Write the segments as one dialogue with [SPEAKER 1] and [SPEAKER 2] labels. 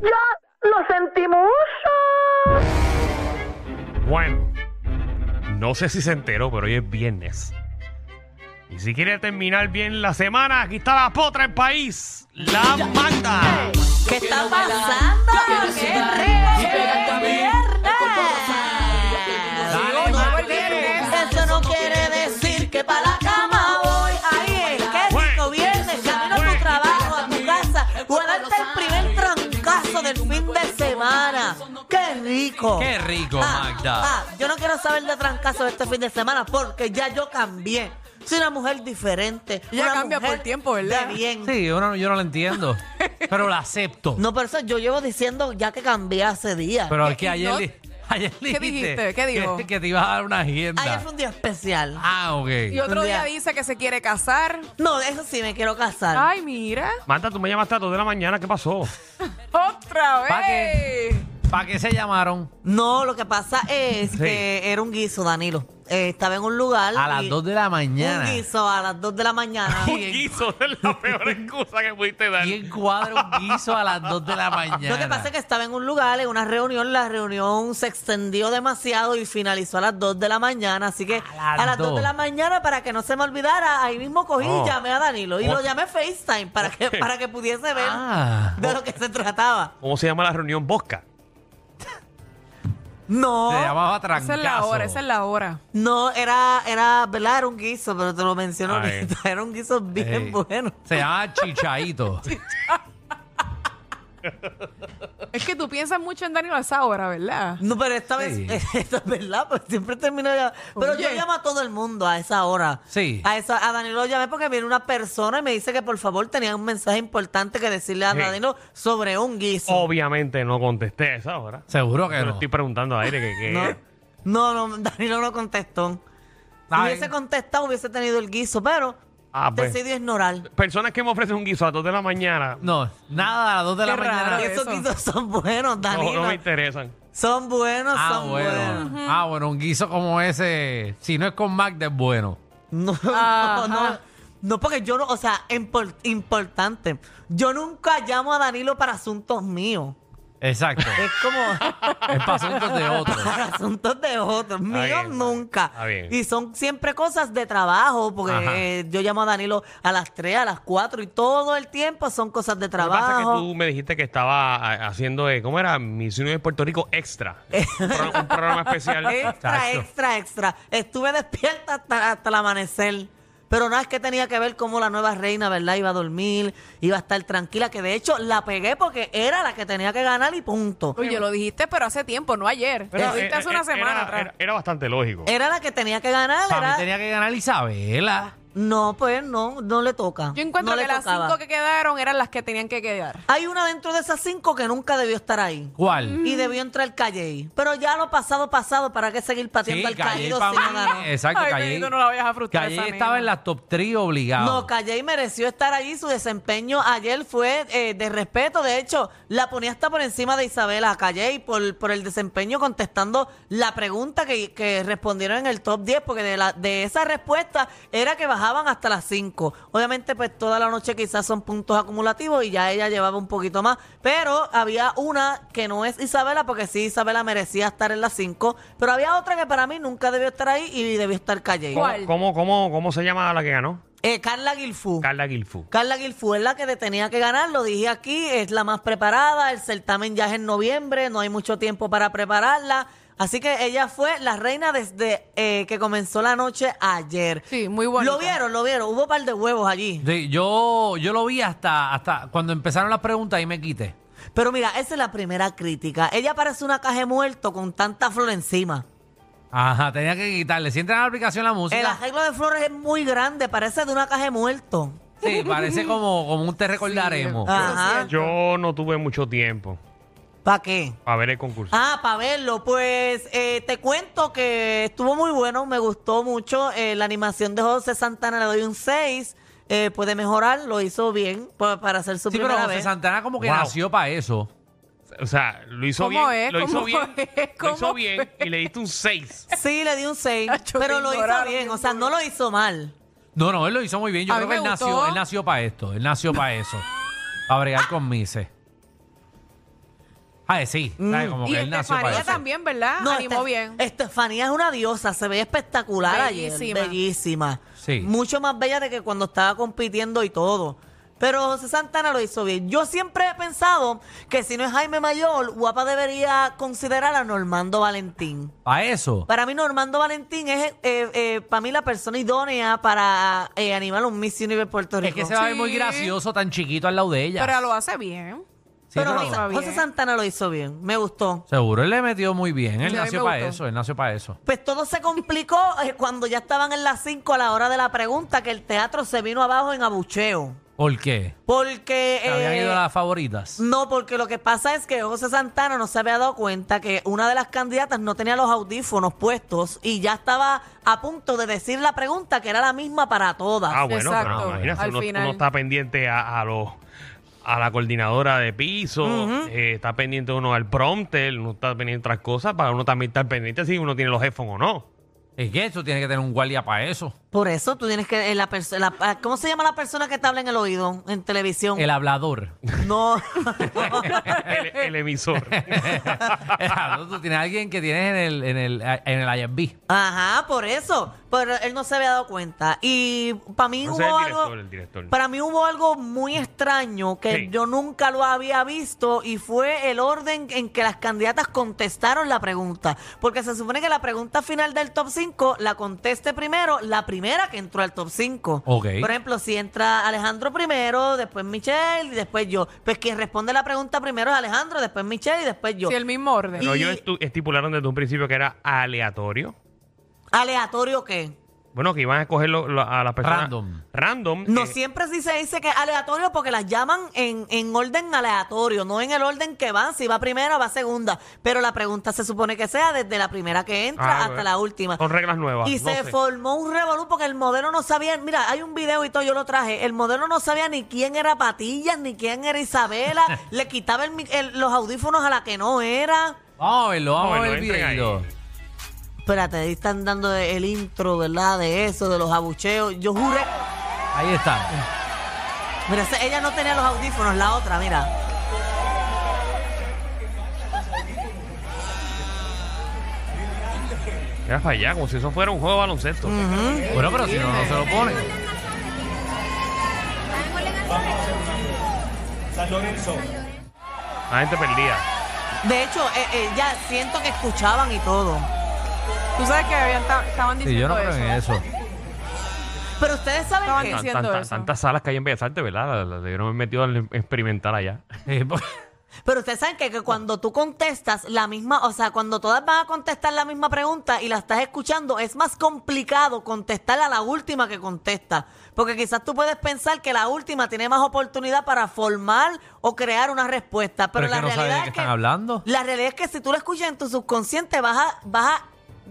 [SPEAKER 1] Lo, lo sentimos.
[SPEAKER 2] Bueno, no sé si se enteró, pero hoy es viernes. Y si quiere terminar bien la semana, aquí está la potra en país, la manda.
[SPEAKER 3] ¿Qué está pasando? ¡Qué rico viernes!
[SPEAKER 2] Dale, Manuel.
[SPEAKER 3] Eso no quiere decir que para la cama voy. Ahí es, qué rico viernes. Camino a tu trabajo, a tu casa. O a darte el primer trancazo del fin de semana. ¡Qué rico!
[SPEAKER 4] Qué rico,
[SPEAKER 3] Ah,
[SPEAKER 4] Magda.
[SPEAKER 3] ah, yo no quiero saber de trancazo de este fin de semana porque ya yo cambié. Soy una mujer diferente.
[SPEAKER 5] Ella
[SPEAKER 3] una
[SPEAKER 5] cambia
[SPEAKER 3] mujer
[SPEAKER 5] por tiempo, ¿verdad?
[SPEAKER 3] de bien.
[SPEAKER 4] Sí, yo no, yo no lo entiendo, pero lo acepto.
[SPEAKER 3] No, pero eso yo llevo diciendo ya que cambié hace días.
[SPEAKER 4] pero es
[SPEAKER 5] ¿Qué-
[SPEAKER 4] que ayer,
[SPEAKER 5] no?
[SPEAKER 4] di- ayer dijiste,
[SPEAKER 5] dijiste? ¿Qué dijo?
[SPEAKER 4] Que, que te ibas a dar una
[SPEAKER 3] Ayer
[SPEAKER 4] agenda.
[SPEAKER 3] fue un día especial.
[SPEAKER 4] Ah,
[SPEAKER 5] Y
[SPEAKER 4] ok.
[SPEAKER 5] otro
[SPEAKER 3] Un día.
[SPEAKER 5] día dice que se quiere casar.
[SPEAKER 3] No, eso sí, me quiero casar.
[SPEAKER 5] Ay, mira.
[SPEAKER 2] Manda, tú me llamaste a las 2 de la mañana, ¿qué pasó?
[SPEAKER 5] Otra
[SPEAKER 4] ¿Pa'
[SPEAKER 5] vez.
[SPEAKER 4] qué? ¿Para qué se llamaron?
[SPEAKER 3] No, lo que pasa es
[SPEAKER 2] Sí.
[SPEAKER 3] que era un guiso, Danilo. Eh, estaba en un lugar.
[SPEAKER 4] A las
[SPEAKER 3] y-
[SPEAKER 4] 2 de la mañana.
[SPEAKER 3] Un guiso a las 2 de la mañana.
[SPEAKER 2] Un guiso es la peor excusa que pudiste dar.
[SPEAKER 4] ¿Quién cuadra un guiso a las 2 de la mañana?
[SPEAKER 3] Lo que pasa es que estaba en un lugar, en una reunión, la reunión se extendió demasiado y finalizó a las 2 de la mañana, así que
[SPEAKER 4] A
[SPEAKER 3] a,
[SPEAKER 4] las
[SPEAKER 3] las 2 de
[SPEAKER 4] dos.
[SPEAKER 3] la mañana, para que no se me olvidara, ahí mismo cogí
[SPEAKER 2] Oh.
[SPEAKER 3] y llamé a Danilo y
[SPEAKER 2] Oh.
[SPEAKER 3] lo llamé FaceTime para que, para que pudiese ver
[SPEAKER 4] Ah.
[SPEAKER 3] de lo que se trataba.
[SPEAKER 2] ¿Cómo se llama la reunión Bosca?
[SPEAKER 3] No,
[SPEAKER 4] Se llamaba
[SPEAKER 5] Esa
[SPEAKER 4] trancazo.
[SPEAKER 5] es la hora, esa es la hora.
[SPEAKER 3] no, era, era, ¿verdad? Era un guiso, pero te lo menciono
[SPEAKER 2] Ay.
[SPEAKER 3] ahorita, era un guiso bien
[SPEAKER 4] Ey.
[SPEAKER 3] bueno.
[SPEAKER 4] Se llamaba chichaito.
[SPEAKER 5] Es que tú piensas mucho en Danilo a esa hora, ¿verdad?
[SPEAKER 3] No, pero esta
[SPEAKER 4] Sí.
[SPEAKER 3] vez, esta es verdad, pues siempre termino ya. Pero yo
[SPEAKER 5] Oye.
[SPEAKER 3] llamo a todo el mundo a esa hora.
[SPEAKER 4] Sí.
[SPEAKER 3] A, esa, a Danilo lo llamé porque viene una persona y me dice que por favor tenía un mensaje importante que decirle a
[SPEAKER 2] Sí.
[SPEAKER 3] Danilo sobre un guiso.
[SPEAKER 2] Obviamente no contesté a esa hora.
[SPEAKER 4] Seguro que
[SPEAKER 2] Pero
[SPEAKER 4] no.
[SPEAKER 2] estoy preguntando al aire que, que-
[SPEAKER 3] No, no, no, Danilo no contestó. Si
[SPEAKER 4] Ay.
[SPEAKER 3] hubiese contestado, hubiese tenido el guiso, pero
[SPEAKER 2] Ah, pues.
[SPEAKER 3] decidió ignorar.
[SPEAKER 2] Personas que me ofrecen un guiso a las 2 de la mañana, no,
[SPEAKER 4] No, nada a las 2 de la
[SPEAKER 5] Qué
[SPEAKER 4] mañana.
[SPEAKER 5] raro.
[SPEAKER 3] Esos
[SPEAKER 5] eso.
[SPEAKER 3] guisos son buenos, Danilo.
[SPEAKER 2] no me interesan.
[SPEAKER 3] Son buenos,
[SPEAKER 4] Ah,
[SPEAKER 3] son
[SPEAKER 4] bueno.
[SPEAKER 3] buenos.
[SPEAKER 4] Ah, bueno, un guiso como ese, si no es con Magda, es bueno.
[SPEAKER 3] No,
[SPEAKER 5] Ajá.
[SPEAKER 3] no, no. No, porque yo no, o sea, impor- importante. Yo nunca llamo a Danilo para asuntos míos.
[SPEAKER 4] Exacto.
[SPEAKER 3] Es como
[SPEAKER 4] es para asuntos de otros.
[SPEAKER 3] para asuntos de otros. Míos
[SPEAKER 2] bien, está bien,
[SPEAKER 3] nunca.
[SPEAKER 2] está bien.
[SPEAKER 3] Y son siempre cosas de trabajo,
[SPEAKER 4] Ajá.
[SPEAKER 3] porque eh, yo llamo a Danilo a las 3, a las 4 y todo el tiempo son cosas de
[SPEAKER 2] Lo que pasa es que
[SPEAKER 3] trabajo.
[SPEAKER 2] tú me dijiste que estaba ah, haciendo, eh, ¿cómo era? Misiones de Puerto Rico Extra. un, pro- un programa especial.
[SPEAKER 3] Extra,
[SPEAKER 4] Chacho.
[SPEAKER 3] extra, extra. Estuve despierta hasta, hasta el amanecer. Pero no es que tenía que ver cómo la nueva reina, ¿verdad? Iba a dormir, iba a estar tranquila, que de hecho la pegué porque era la que tenía que ganar y punto.
[SPEAKER 5] Oye, lo dijiste, pero hace tiempo, no ayer.
[SPEAKER 2] Pero,
[SPEAKER 5] lo dijiste
[SPEAKER 2] eh,
[SPEAKER 5] hace
[SPEAKER 2] eh,
[SPEAKER 5] una
[SPEAKER 2] era-
[SPEAKER 5] semana
[SPEAKER 2] era,
[SPEAKER 5] atrás.
[SPEAKER 2] Era, bastante lógico.
[SPEAKER 3] Era la que tenía que ganar,
[SPEAKER 4] Para mí
[SPEAKER 3] era...
[SPEAKER 4] tenía que ganar Isabela.
[SPEAKER 3] No, pues no, no le toca.
[SPEAKER 5] Yo encuentro
[SPEAKER 3] No le
[SPEAKER 5] que las
[SPEAKER 3] tocaba.
[SPEAKER 5] cinco que quedaron eran las que tenían que quedar.
[SPEAKER 3] Hay una dentro de esas cinco que nunca debió estar ahí.
[SPEAKER 5] Mm.
[SPEAKER 4] ¿Cuál?
[SPEAKER 3] Y debió entrar Calle. Pero ya lo pasado, pasado, ¿para qué seguir pateando al
[SPEAKER 4] Calle
[SPEAKER 3] caído
[SPEAKER 4] pa'
[SPEAKER 3] si
[SPEAKER 4] mí-
[SPEAKER 3] no ganó?
[SPEAKER 4] Exacto,
[SPEAKER 5] Ay,
[SPEAKER 4] Calle.
[SPEAKER 5] bendito, no la vayas a frustrar
[SPEAKER 4] Calle
[SPEAKER 5] esa nena.
[SPEAKER 4] estaba en la top 3 obligado.
[SPEAKER 3] No, Calle mereció estar ahí. Su desempeño ayer fue eh, de respeto. De hecho, la ponía hasta por encima de Isabela a Calle por, por el desempeño contestando la pregunta que, que respondieron en el top 10, porque de, la, de esa respuesta era que bajaban hasta las 5. Obviamente, pues toda la noche quizás son puntos acumulativos y ya ella llevaba un poquito más. Pero había una que no es Isabela, porque sí, Isabela merecía estar en las 5. Pero había otra que para mí nunca debió estar ahí y debió estar Calle.
[SPEAKER 5] ¿Cuál?
[SPEAKER 2] ¿Cómo, cómo, ¿Cómo se llama la que ganó?
[SPEAKER 3] Eh, Carla Guilfú.
[SPEAKER 2] Carla Gilfu.
[SPEAKER 3] Carla Guilfú es la que te tenía que ganar, lo dije aquí, es la más preparada, el certamen ya es en noviembre, no hay mucho tiempo para prepararla. Así que ella fue la reina desde eh, que comenzó la noche ayer.
[SPEAKER 5] Sí, muy bonita.
[SPEAKER 3] Lo vieron, lo vieron, hubo par de huevos allí.
[SPEAKER 4] Sí, yo, yo lo vi hasta, hasta cuando empezaron las preguntas y me quité.
[SPEAKER 3] Pero mira, esa es la primera crítica. Ella parece una caja de muerto con tanta flor encima.
[SPEAKER 4] Ajá, tenía que quitarle. Si entra en la aplicación la
[SPEAKER 3] El
[SPEAKER 4] música,
[SPEAKER 3] arreglo de flores es muy grande, parece de una caja de muerto.
[SPEAKER 4] sí, parece como, como un te recordaremos.
[SPEAKER 5] Sí. Ah,
[SPEAKER 3] Ajá.
[SPEAKER 2] Yo no tuve mucho tiempo
[SPEAKER 3] ¿Para qué?
[SPEAKER 2] para ver el concurso.
[SPEAKER 3] Ah, para verlo, pues eh, te cuento que estuvo muy bueno, me gustó mucho. eh, la animación de José Santana le doy un 6. eh, puede mejorar, lo hizo bien pa- para hacer su
[SPEAKER 4] Sí, pero
[SPEAKER 3] primera
[SPEAKER 4] José
[SPEAKER 3] vez.
[SPEAKER 4] Santana como que
[SPEAKER 2] Wow.
[SPEAKER 4] nació para eso.
[SPEAKER 2] O sea, lo hizo
[SPEAKER 5] ¿Cómo
[SPEAKER 2] bien.
[SPEAKER 5] es?
[SPEAKER 2] Lo hizo
[SPEAKER 5] ¿Cómo
[SPEAKER 2] bien.
[SPEAKER 5] es?
[SPEAKER 2] Lo hizo
[SPEAKER 5] ¿Cómo
[SPEAKER 2] bien y le diste un 6.
[SPEAKER 3] Sí, le di un 6,
[SPEAKER 5] Acho,
[SPEAKER 3] pero
[SPEAKER 5] te
[SPEAKER 3] lo hizo
[SPEAKER 5] ignoraron,
[SPEAKER 3] bien,
[SPEAKER 5] te
[SPEAKER 3] o sea, no lo hizo mal.
[SPEAKER 4] No, no, él lo hizo muy bien. Yo
[SPEAKER 5] A
[SPEAKER 4] creo
[SPEAKER 5] mí
[SPEAKER 4] que
[SPEAKER 5] me
[SPEAKER 4] él nació,
[SPEAKER 5] gustó.
[SPEAKER 4] él nació para esto. Él nació para eso. para bregar con Mise. Ah, eh, sí. ¿sabes? Como
[SPEAKER 5] Mm. Y
[SPEAKER 4] que él nació para
[SPEAKER 5] Estefanía
[SPEAKER 4] eso.
[SPEAKER 5] también, ¿verdad? Ah, Animó
[SPEAKER 3] Este-
[SPEAKER 5] bien.
[SPEAKER 3] Estefanía es una diosa, se ve espectacular
[SPEAKER 5] Bellísima.
[SPEAKER 3] ayer. Bellísima.
[SPEAKER 4] Sí.
[SPEAKER 3] Mucho más bella de que cuando estaba compitiendo y todo. Pero José Santana lo hizo bien. Yo siempre he pensado que si no es Jaime Mayor, Guapa debería considerar a Normando Valentín.
[SPEAKER 4] Para eso.
[SPEAKER 3] Para mí Normando Valentín es, eh, eh, para mí, la persona idónea para eh, animar un Miss Universe Puerto Rico.
[SPEAKER 4] Es que se va a ver muy
[SPEAKER 5] Sí.
[SPEAKER 4] gracioso tan chiquito al lado de ella.
[SPEAKER 5] Pero lo hace bien.
[SPEAKER 4] Sí,
[SPEAKER 3] Pero
[SPEAKER 4] no,
[SPEAKER 3] José,
[SPEAKER 5] no.
[SPEAKER 3] José Santana lo hizo bien, me gustó.
[SPEAKER 4] Seguro, él le metió muy bien. Él
[SPEAKER 5] Sí, a mí
[SPEAKER 4] nació
[SPEAKER 5] me
[SPEAKER 4] para
[SPEAKER 5] gustó.
[SPEAKER 4] eso, él nació para eso.
[SPEAKER 3] Pues todo se complicó eh, cuando ya estaban en las 5 a la hora de la pregunta, que el teatro se vino abajo en abucheo.
[SPEAKER 4] ¿Por qué?
[SPEAKER 3] Porque...
[SPEAKER 4] ¿Se habían
[SPEAKER 3] eh,
[SPEAKER 4] ido las favoritas?
[SPEAKER 3] No, porque lo que pasa es que José Santana no se había dado cuenta que una de las candidatas no tenía los audífonos puestos y ya estaba a punto de decir la pregunta que era la misma para todas.
[SPEAKER 2] Ah, bueno, pero
[SPEAKER 5] Exacto,
[SPEAKER 2] imagínate,
[SPEAKER 5] al
[SPEAKER 2] uno,
[SPEAKER 5] final.
[SPEAKER 2] uno está pendiente a, a los- a la coordinadora de piso, eh, está pendiente uno al prompter, uno está pendiente a otras cosas, para uno también estar pendiente si uno tiene los headphones o no.
[SPEAKER 4] Es que eso tiene que tener un guardia para eso.
[SPEAKER 3] Por eso tú tienes que... eh, la perso- la- ah, ¿Cómo se llama la persona que te habla en el oído en televisión?
[SPEAKER 4] El hablador.
[SPEAKER 3] No.
[SPEAKER 2] el, el emisor.
[SPEAKER 4] El hablador, Tú tienes a alguien que tienes en el, en el, en el IFB.
[SPEAKER 3] Ajá, por eso. Pero él no se había dado cuenta. Y para mí
[SPEAKER 2] No
[SPEAKER 3] hubo
[SPEAKER 2] sé, el
[SPEAKER 3] algo...
[SPEAKER 2] director, el director.
[SPEAKER 3] Para mí hubo algo muy extraño que
[SPEAKER 2] Sí.
[SPEAKER 3] yo nunca lo había visto y fue el orden en que las candidatas contestaron la pregunta. Porque se supone que la pregunta final del top 5 la conteste primero la primera que entró al top 5.
[SPEAKER 4] Ok.
[SPEAKER 3] Por ejemplo, si entra Alejandro primero, después Michelle y después yo. Pues quien responde la pregunta primero es Alejandro, después Michelle y después yo.
[SPEAKER 5] Si el mismo orden.
[SPEAKER 2] Pero
[SPEAKER 3] y-
[SPEAKER 2] ellos estu- estipularon desde un principio que era aleatorio.
[SPEAKER 3] ¿Aleatorio qué?
[SPEAKER 2] Bueno, que iban a escoger lo- lo- a las personas.
[SPEAKER 4] Random.
[SPEAKER 2] Random.
[SPEAKER 3] No
[SPEAKER 2] eh,
[SPEAKER 3] siempre sí se dice que es aleatorio porque las llaman en, en orden aleatorio, no en el orden que van, si va primera va segunda. Pero la pregunta se supone que sea desde la primera que entra
[SPEAKER 2] Ah,
[SPEAKER 3] hasta
[SPEAKER 2] bueno.
[SPEAKER 3] la última.
[SPEAKER 2] Son reglas nuevas.
[SPEAKER 3] Y
[SPEAKER 2] no
[SPEAKER 3] se
[SPEAKER 2] sé.
[SPEAKER 3] formó un revolú porque el modelo no sabía, mira, hay un video y todo, yo lo traje, el modelo no sabía ni quién era Patillas, ni quién era Isabela, le quitaba el mi- el- los audífonos a la que no era.
[SPEAKER 4] Vamos a verlo, vamos
[SPEAKER 2] Vamos
[SPEAKER 4] a ver el
[SPEAKER 2] verlo, entren
[SPEAKER 4] video.
[SPEAKER 2] ahí.
[SPEAKER 3] Espérate, ahí están dando el intro, ¿verdad? De eso, de los abucheos. Yo juré...
[SPEAKER 4] Ahí está.
[SPEAKER 3] Mira, se- ella no tenía los audífonos, la otra, mira.
[SPEAKER 2] Era para allá, como si eso fuera un juego de baloncesto.
[SPEAKER 4] Bueno, pero si no, no se lo pone.
[SPEAKER 2] La gente perdía.
[SPEAKER 3] De hecho, eh, eh, ya siento que escuchaban y todo.
[SPEAKER 5] Tú sabes que habían, ta- estaban
[SPEAKER 4] Sí,
[SPEAKER 5] diciendo
[SPEAKER 4] yo no creo en
[SPEAKER 5] eso.
[SPEAKER 4] eso.
[SPEAKER 3] Pero ustedes saben
[SPEAKER 5] Estaban
[SPEAKER 3] que...
[SPEAKER 5] diciendo- eso.
[SPEAKER 2] Tantas salas que hay en Bellas Artes, ¿verdad? La- la- la- Debieron haber metido al experimental allá.
[SPEAKER 4] Eh, po-
[SPEAKER 3] Pero ustedes saben que, que cuando tú contestas la misma, o sea, cuando todas van a contestar la misma pregunta y la estás escuchando, es más complicado contestar a la última que contesta. Porque quizás tú puedes pensar que la última tiene más oportunidad para formar o crear una respuesta.
[SPEAKER 4] Pero
[SPEAKER 3] Pero,
[SPEAKER 4] es
[SPEAKER 3] la
[SPEAKER 4] que no
[SPEAKER 3] realidad
[SPEAKER 4] sabe de
[SPEAKER 3] es
[SPEAKER 4] qué
[SPEAKER 3] que-
[SPEAKER 4] están hablando.
[SPEAKER 3] La realidad es que si tú lo escuchas en tu subconsciente, vas a, vas a,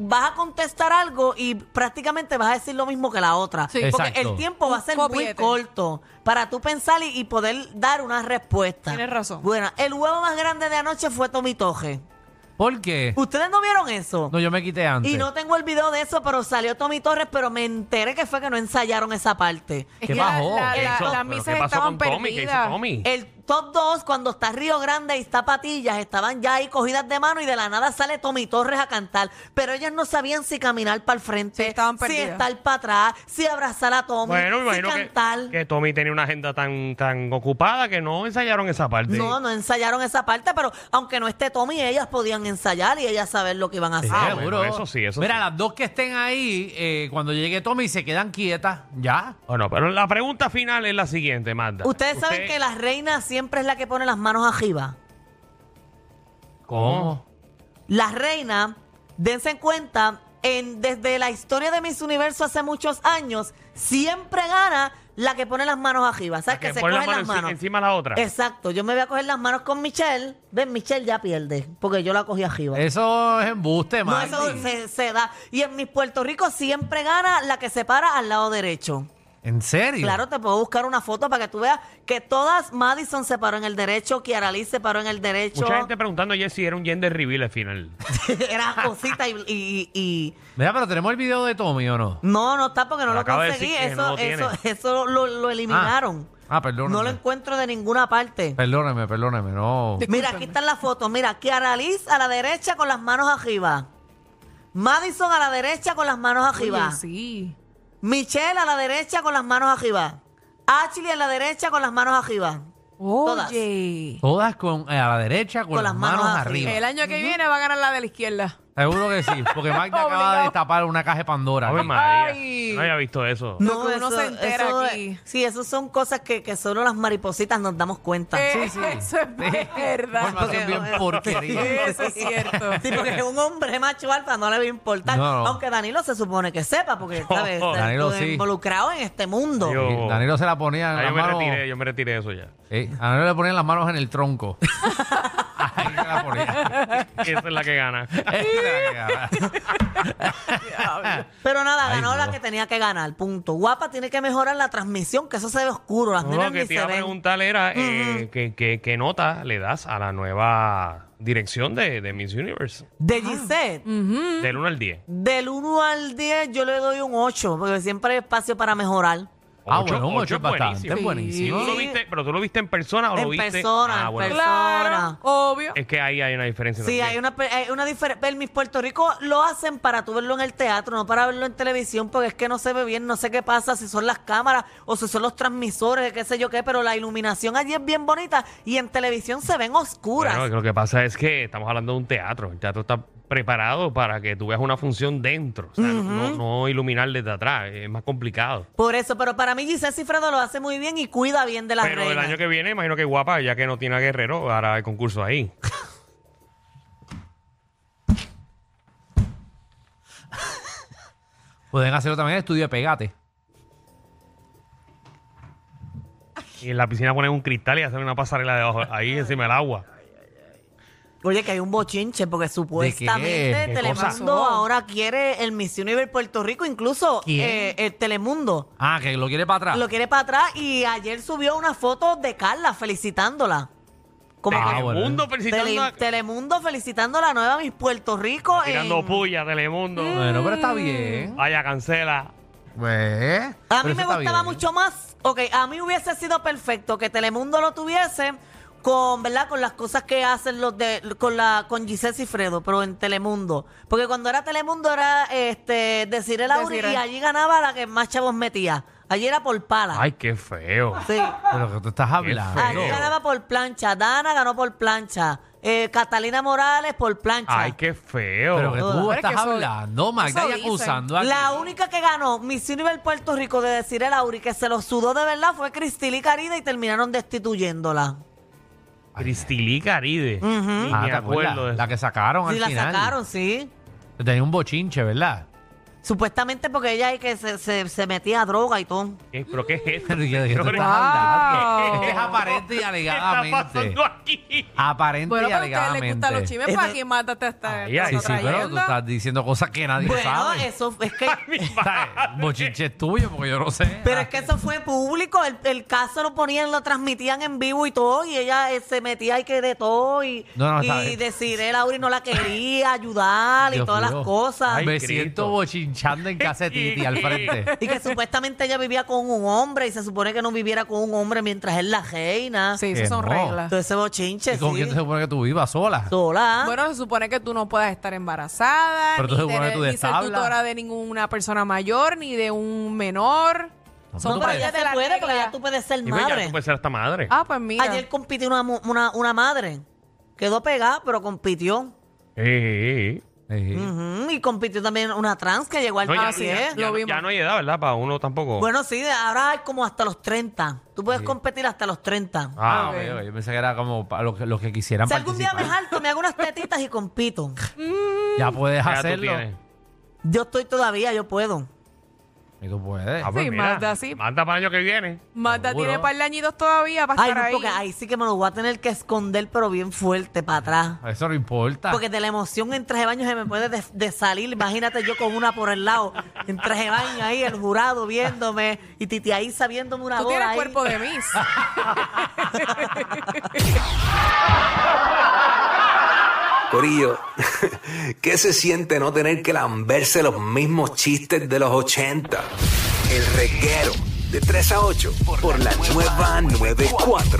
[SPEAKER 3] vas a contestar algo y prácticamente vas a decir lo mismo que la otra.
[SPEAKER 5] Sí.
[SPEAKER 3] Porque
[SPEAKER 4] Exacto.
[SPEAKER 3] el tiempo va a
[SPEAKER 5] Un
[SPEAKER 3] ser muy
[SPEAKER 5] copiete.
[SPEAKER 3] corto para tú pensar y, y poder dar una respuesta.
[SPEAKER 5] Tienes razón.
[SPEAKER 3] Bueno, el huevo más grande de anoche fue Tomitoje.
[SPEAKER 4] ¿Por qué?
[SPEAKER 3] ¿Ustedes no vieron eso?
[SPEAKER 4] No, yo me quité antes.
[SPEAKER 3] Y no tengo el video de eso, pero salió Tommy Torres, pero me enteré que fue que no ensayaron esa parte.
[SPEAKER 5] Es
[SPEAKER 4] ¿Qué
[SPEAKER 5] que la-
[SPEAKER 4] bajó?
[SPEAKER 5] la-
[SPEAKER 2] ¿Qué
[SPEAKER 5] la-
[SPEAKER 2] hizo?
[SPEAKER 5] las
[SPEAKER 2] ¿Pero
[SPEAKER 5] misas
[SPEAKER 2] ¿Qué pasó
[SPEAKER 5] estaban
[SPEAKER 2] con Tommy? ¿Qué hizo
[SPEAKER 5] perdidas.
[SPEAKER 2] Tommy?
[SPEAKER 3] El top 2, cuando está Río Grande y está Patillas, estaban ya ahí cogidas de mano y de la nada sale Tommy Torres a cantar. Pero ellas no sabían si caminar para el
[SPEAKER 5] Sí,
[SPEAKER 3] frente,
[SPEAKER 5] estaban
[SPEAKER 3] si
[SPEAKER 5] perdidas.
[SPEAKER 3] estar para atrás, si abrazar a Tommy,
[SPEAKER 2] Bueno, me
[SPEAKER 3] si
[SPEAKER 2] imagino que,
[SPEAKER 3] cantar.
[SPEAKER 2] que Tommy tenía una agenda tan, tan ocupada que no ensayaron esa parte.
[SPEAKER 3] No, no ensayaron esa parte, pero aunque no esté Tommy, ellas podían ensayar y ellas saber lo que iban a hacer.
[SPEAKER 2] Ah, bueno, eso sí, eso
[SPEAKER 4] Eh, Mira,
[SPEAKER 2] sí.
[SPEAKER 4] las dos que estén ahí, eh, cuando llegue Tommy, se quedan quietas. Ya.
[SPEAKER 2] Bueno, pero la pregunta final es la siguiente, Magda.
[SPEAKER 3] Ustedes saben
[SPEAKER 2] Usted-
[SPEAKER 3] que la reina siempre es la que pone las manos arriba.
[SPEAKER 2] ¿Cómo?
[SPEAKER 3] La reina, dense en cuenta, en, desde la historia de Miss Universo hace muchos años, siempre gana la que pone las manos arriba.
[SPEAKER 2] La
[SPEAKER 3] ¿Sabes? Que,
[SPEAKER 2] que
[SPEAKER 3] se
[SPEAKER 2] pone
[SPEAKER 3] cogen
[SPEAKER 2] la mano
[SPEAKER 3] las
[SPEAKER 2] enci-
[SPEAKER 3] manos.
[SPEAKER 2] encima de la otra.
[SPEAKER 3] Exacto. Yo me voy a coger las manos con Michelle. Ven, Michelle ya pierde, porque yo la cogí arriba.
[SPEAKER 4] Eso es embuste,
[SPEAKER 3] no,
[SPEAKER 4] man.
[SPEAKER 3] eso se, se da. Y en Miss Puerto Rico siempre gana la que se para al lado derecho.
[SPEAKER 4] ¿En serio?
[SPEAKER 3] Claro, te puedo buscar una foto para que tú veas que todas Madison se paró en el derecho, Kiara Lee se paró en el derecho.
[SPEAKER 2] Mucha gente preguntando ayer si era un gender reveal al final.
[SPEAKER 3] Era cosita y, y- y-
[SPEAKER 4] Mira, pero tenemos el video de Tommy, ¿o no?
[SPEAKER 3] No, no está porque no
[SPEAKER 2] Pero
[SPEAKER 3] lo
[SPEAKER 2] acaba de
[SPEAKER 3] conseguí.
[SPEAKER 2] decir que
[SPEAKER 3] Eso,
[SPEAKER 2] no lo
[SPEAKER 3] eso,
[SPEAKER 2] tiene.
[SPEAKER 3] eso lo, lo eliminaron.
[SPEAKER 4] Ah, perdóname.
[SPEAKER 3] no lo encuentro de ninguna parte.
[SPEAKER 4] Perdóname, perdóname, no.
[SPEAKER 5] De-
[SPEAKER 3] Mira,
[SPEAKER 5] Discúlpame.
[SPEAKER 3] aquí están las fotos. Mira, Kiara Liz a la derecha con las manos arriba. Madison a la derecha con las manos arriba.
[SPEAKER 5] Oye, sí.
[SPEAKER 3] Michelle a la derecha con las manos arriba. Ashley a la derecha con las manos arriba. Todas.
[SPEAKER 5] Oye.
[SPEAKER 4] Todas con, eh, a la derecha con, las manos, arriba.
[SPEAKER 5] El año que viene va a ganar la de la izquierda.
[SPEAKER 4] Seguro que sí, porque Magda acaba
[SPEAKER 5] Obligado.
[SPEAKER 4] de tapar una caja de Pandora.
[SPEAKER 2] Ave
[SPEAKER 4] aquí.
[SPEAKER 2] María.
[SPEAKER 5] Ay.
[SPEAKER 2] No había visto eso.
[SPEAKER 5] Lo que uno se entera aquí.
[SPEAKER 3] Sí, eso son cosas que, que solo las maripositas nos damos cuenta.
[SPEAKER 5] Eh, Eso es verdad.
[SPEAKER 4] Información bien porquería.
[SPEAKER 5] Eso es cierto.
[SPEAKER 3] Sí, porque un hombre macho alfa no le va a importar.
[SPEAKER 4] No, no.
[SPEAKER 3] Aunque Danilo se supone que sepa, porque ¿sabes? está
[SPEAKER 4] Danilo sí.
[SPEAKER 3] involucrado en este mundo.
[SPEAKER 2] Yo-
[SPEAKER 4] Sí, Danilo se la ponía en
[SPEAKER 2] Ah,
[SPEAKER 4] las
[SPEAKER 2] yo me
[SPEAKER 4] manos.
[SPEAKER 2] retiré, yo me retiré de eso ya.
[SPEAKER 4] Eh, a Danilo le ponían las manos en el tronco. Ahí se la ponía.
[SPEAKER 2] Esa es la que gana.
[SPEAKER 3] Pero nada,
[SPEAKER 4] Ay,
[SPEAKER 3] ganó la
[SPEAKER 4] no.
[SPEAKER 3] que tenía que ganar, punto. Guapa tiene que mejorar la transmisión, que eso se ve oscuro, las
[SPEAKER 2] No,
[SPEAKER 3] nenas
[SPEAKER 2] lo que
[SPEAKER 3] ni
[SPEAKER 2] te
[SPEAKER 3] se
[SPEAKER 2] iba a
[SPEAKER 3] ven.
[SPEAKER 2] preguntar era eh, ¿qué, qué, qué nota le das a la nueva dirección de, de Miss Universe.
[SPEAKER 3] De Gisette,
[SPEAKER 5] Mm.
[SPEAKER 2] Del 1 al 10.
[SPEAKER 3] del 1 al 10 yo le doy un 8, porque siempre hay espacio para mejorar.
[SPEAKER 4] ah,
[SPEAKER 2] Ocho-
[SPEAKER 4] bueno, un
[SPEAKER 2] ocho
[SPEAKER 4] ocho es
[SPEAKER 2] es
[SPEAKER 4] bastante. Es
[SPEAKER 2] buenísimo.
[SPEAKER 4] buenísimo.
[SPEAKER 2] ¿Tú lo viste- pero tú lo viste en persona o lo
[SPEAKER 3] En
[SPEAKER 2] viste.
[SPEAKER 3] persona,
[SPEAKER 2] ah,
[SPEAKER 3] en
[SPEAKER 2] bueno.
[SPEAKER 5] Claro,
[SPEAKER 3] Persona.
[SPEAKER 5] obvio.
[SPEAKER 2] Es que ahí hay una diferencia.
[SPEAKER 3] Sí,
[SPEAKER 2] también.
[SPEAKER 3] hay una, pe- hay una diferencia. Mis Puerto Rico lo hacen para tú verlo en el teatro, no para verlo en televisión, porque es que no se ve bien, no sé qué pasa, si son las cámaras o si son los transmisores, qué sé yo qué, pero la iluminación allí es bien bonita y en televisión se ven oscuras.
[SPEAKER 2] Bueno, lo que pasa es que estamos hablando de un teatro. El teatro está preparado para que tú veas una función dentro. O sea, no, no iluminar desde atrás. Es más complicado.
[SPEAKER 3] Por eso, pero para mí Giselle Cifredo lo hace muy bien y cuida bien de las
[SPEAKER 2] Pero el
[SPEAKER 3] reinas.
[SPEAKER 2] año que viene, imagino que guapa, ya que no tiene a Guerrero, hará el concurso ahí.
[SPEAKER 4] Pueden hacerlo también en el estudio de Pegate.
[SPEAKER 2] Y en la piscina ponen un cristal y hacen una pasarela debajo, ahí encima del agua.
[SPEAKER 3] Oye, que hay un bochinche, porque
[SPEAKER 4] ¿De
[SPEAKER 3] supuestamente
[SPEAKER 4] qué?
[SPEAKER 2] ¿Qué
[SPEAKER 3] Telemundo
[SPEAKER 5] cosa?
[SPEAKER 3] ahora quiere el Miss Universe Puerto Rico, incluso
[SPEAKER 4] ¿Quién?
[SPEAKER 3] eh, el Telemundo
[SPEAKER 4] Ah, que lo quiere para atrás.
[SPEAKER 3] lo quiere para atrás y ayer subió una foto de Carla felicitándola.
[SPEAKER 5] Oh
[SPEAKER 3] Como
[SPEAKER 4] Ah,
[SPEAKER 3] que-
[SPEAKER 4] bueno.
[SPEAKER 2] Telemundo felicitando
[SPEAKER 3] Tele-
[SPEAKER 2] a-
[SPEAKER 3] Telemundo felicitando la nueva Miss Puerto Rico.
[SPEAKER 2] tirando
[SPEAKER 3] en-
[SPEAKER 2] puya, Telemundo.
[SPEAKER 4] Bueno, pero está bien.
[SPEAKER 2] Vaya, cancela.
[SPEAKER 4] Pues,
[SPEAKER 3] A
[SPEAKER 4] pero
[SPEAKER 3] mí
[SPEAKER 4] eso
[SPEAKER 3] me
[SPEAKER 4] está
[SPEAKER 3] gustaba
[SPEAKER 4] bien.
[SPEAKER 3] mucho más. Ok, a mí hubiese sido perfecto que Telemundo lo tuviese con, ¿verdad? Con las cosas que hacen los de con la con Giselle Cifredo, pero en Telemundo, porque cuando era Telemundo era este decir el
[SPEAKER 5] Desiree.
[SPEAKER 3] y allí ganaba la que más chavos metía. Allí era por pala.
[SPEAKER 2] Ay, qué feo.
[SPEAKER 3] Sí.
[SPEAKER 4] Pero que tú estás hablando.
[SPEAKER 2] feo.
[SPEAKER 3] Allí ganaba por plancha, Dana ganó por plancha, eh, Catalina Morales por plancha.
[SPEAKER 2] Ay, qué feo.
[SPEAKER 4] Pero que tú
[SPEAKER 3] Pero
[SPEAKER 5] es que
[SPEAKER 4] estás
[SPEAKER 5] eso-
[SPEAKER 4] hablando, Magda,
[SPEAKER 5] eso
[SPEAKER 4] y
[SPEAKER 5] dicen.
[SPEAKER 4] acusando a.
[SPEAKER 3] La única que ganó Miss Universe Puerto Rico de decir el Auri que se lo sudó de verdad fue Cristilí Carida y terminaron destituyéndola.
[SPEAKER 2] Cristilí Caride. Ni
[SPEAKER 4] Ah,
[SPEAKER 2] me
[SPEAKER 4] ¿te acuerdas?
[SPEAKER 2] acuerdo de eso.
[SPEAKER 4] La que sacaron
[SPEAKER 3] Sí,
[SPEAKER 4] al
[SPEAKER 3] la
[SPEAKER 4] final.
[SPEAKER 3] sacaron, sí.
[SPEAKER 4] Tenía un bochinche, ¿verdad?
[SPEAKER 3] Supuestamente porque ella ahí que se, se, se metía a droga y todo.
[SPEAKER 2] ¿Qué- ¿Pero qué es esto?
[SPEAKER 4] Pero ¿de qué tú
[SPEAKER 2] Pero-
[SPEAKER 4] estás hablando? Es aparente y
[SPEAKER 2] ¿Qué está
[SPEAKER 4] alegadamente.
[SPEAKER 2] pasando aquí?
[SPEAKER 4] Aparente
[SPEAKER 5] Bueno,
[SPEAKER 4] y
[SPEAKER 5] pero a ustedes les
[SPEAKER 4] alegadamente.
[SPEAKER 5] gustan los chismes para que mátate hasta
[SPEAKER 2] Ay, ay,
[SPEAKER 4] Sí, sí, pero tú estás diciendo cosas que nadie
[SPEAKER 3] Bueno,
[SPEAKER 4] sabe.
[SPEAKER 3] eso es que...
[SPEAKER 2] Mi
[SPEAKER 4] O sea, el bochinche es tuyo porque yo no sé.
[SPEAKER 3] Pero es que eso fue público, el, el caso lo ponían, lo transmitían en vivo y todo, y ella eh, se metía ahí que de todo, y,
[SPEAKER 4] No, no, está
[SPEAKER 3] y
[SPEAKER 4] bien.
[SPEAKER 3] decir el Auri no la quería ayudar y
[SPEAKER 4] Dios
[SPEAKER 3] todas
[SPEAKER 4] mío.
[SPEAKER 3] las cosas.
[SPEAKER 2] Ay,
[SPEAKER 4] me
[SPEAKER 2] Cristo.
[SPEAKER 4] siento bochinchando en casa de Titi al frente.
[SPEAKER 3] Y que supuestamente ella vivía con un hombre y se supone que no viviera con un hombre mientras es la reina.
[SPEAKER 5] Sí,
[SPEAKER 4] Que
[SPEAKER 5] eso son
[SPEAKER 4] no.
[SPEAKER 5] reglas.
[SPEAKER 3] Entonces ese bochinche,
[SPEAKER 4] ¿Y con
[SPEAKER 3] sí.
[SPEAKER 4] quién se supone que tú vivas sola?
[SPEAKER 3] Sola.
[SPEAKER 5] Bueno, se supone que tú no puedas estar embarazada,
[SPEAKER 4] Pero tú
[SPEAKER 5] ni,
[SPEAKER 4] se supone que tú
[SPEAKER 5] ni ser
[SPEAKER 4] destablas.
[SPEAKER 5] tutora de ninguna persona mayor, ni de un menor.
[SPEAKER 4] No,
[SPEAKER 5] Son
[SPEAKER 4] tú
[SPEAKER 3] no, pero
[SPEAKER 4] puedes.
[SPEAKER 3] ya
[SPEAKER 5] parte de
[SPEAKER 3] se
[SPEAKER 5] la
[SPEAKER 3] puede, porque
[SPEAKER 5] regla.
[SPEAKER 3] ya tú puedes ser
[SPEAKER 2] Y pues ya
[SPEAKER 3] madre.
[SPEAKER 2] tú puedes ser hasta madre.
[SPEAKER 5] Ah, pues mira.
[SPEAKER 3] Ayer compitió una, mu- una, una madre. Quedó pegada, pero compitió.
[SPEAKER 2] Eh, eh, eh.
[SPEAKER 4] Sí.
[SPEAKER 3] Ujú, Y compitió también una trans que llegó al
[SPEAKER 2] No, ya,
[SPEAKER 3] Ah, sí,
[SPEAKER 2] ya-
[SPEAKER 3] ¿eh?
[SPEAKER 2] ya-
[SPEAKER 5] lo vimos.
[SPEAKER 2] ya no hay edad, ¿verdad? Para uno tampoco.
[SPEAKER 3] Bueno, sí, ahora hay como hasta los 30. Tú puedes competir hasta los 30.
[SPEAKER 2] ah,
[SPEAKER 4] Ah,
[SPEAKER 2] ok.
[SPEAKER 4] ok, ok. Yo pensé que era como para los que, los que quisieran
[SPEAKER 3] si algún día me
[SPEAKER 4] participar.
[SPEAKER 3] jalto, me hago unas tetitas y compito.
[SPEAKER 4] Ya puedes
[SPEAKER 2] Ya tú
[SPEAKER 4] hacerlo.
[SPEAKER 2] tienes.
[SPEAKER 3] Yo estoy todavía, yo puedo.
[SPEAKER 4] Y tú puedes.
[SPEAKER 2] Ah, pues
[SPEAKER 5] Sí,
[SPEAKER 2] mira,
[SPEAKER 5] Magda, sí.
[SPEAKER 2] Magda para el año que viene.
[SPEAKER 5] Magda
[SPEAKER 4] Seguro.
[SPEAKER 5] tiene par de añitos todavía para
[SPEAKER 3] Ay,
[SPEAKER 5] estar
[SPEAKER 3] no,
[SPEAKER 5] ahí.
[SPEAKER 3] porque ahí sí que me lo voy a tener que esconder, pero bien fuerte para atrás.
[SPEAKER 2] Ah,
[SPEAKER 4] Eso no importa.
[SPEAKER 3] Porque de la emoción en traje de baño se me puede des- desalir. Imagínate yo con una por el lado, en traje de baño ahí, el jurado viéndome y Titi Isa viéndome una
[SPEAKER 5] Tú
[SPEAKER 3] bola
[SPEAKER 5] tienes
[SPEAKER 3] ahí.
[SPEAKER 5] cuerpo de Miss.
[SPEAKER 6] Corillo, ¿qué se siente no tener que lamberse los mismos chistes de los 80? El reguero de 3 a 8 por la nueva 94.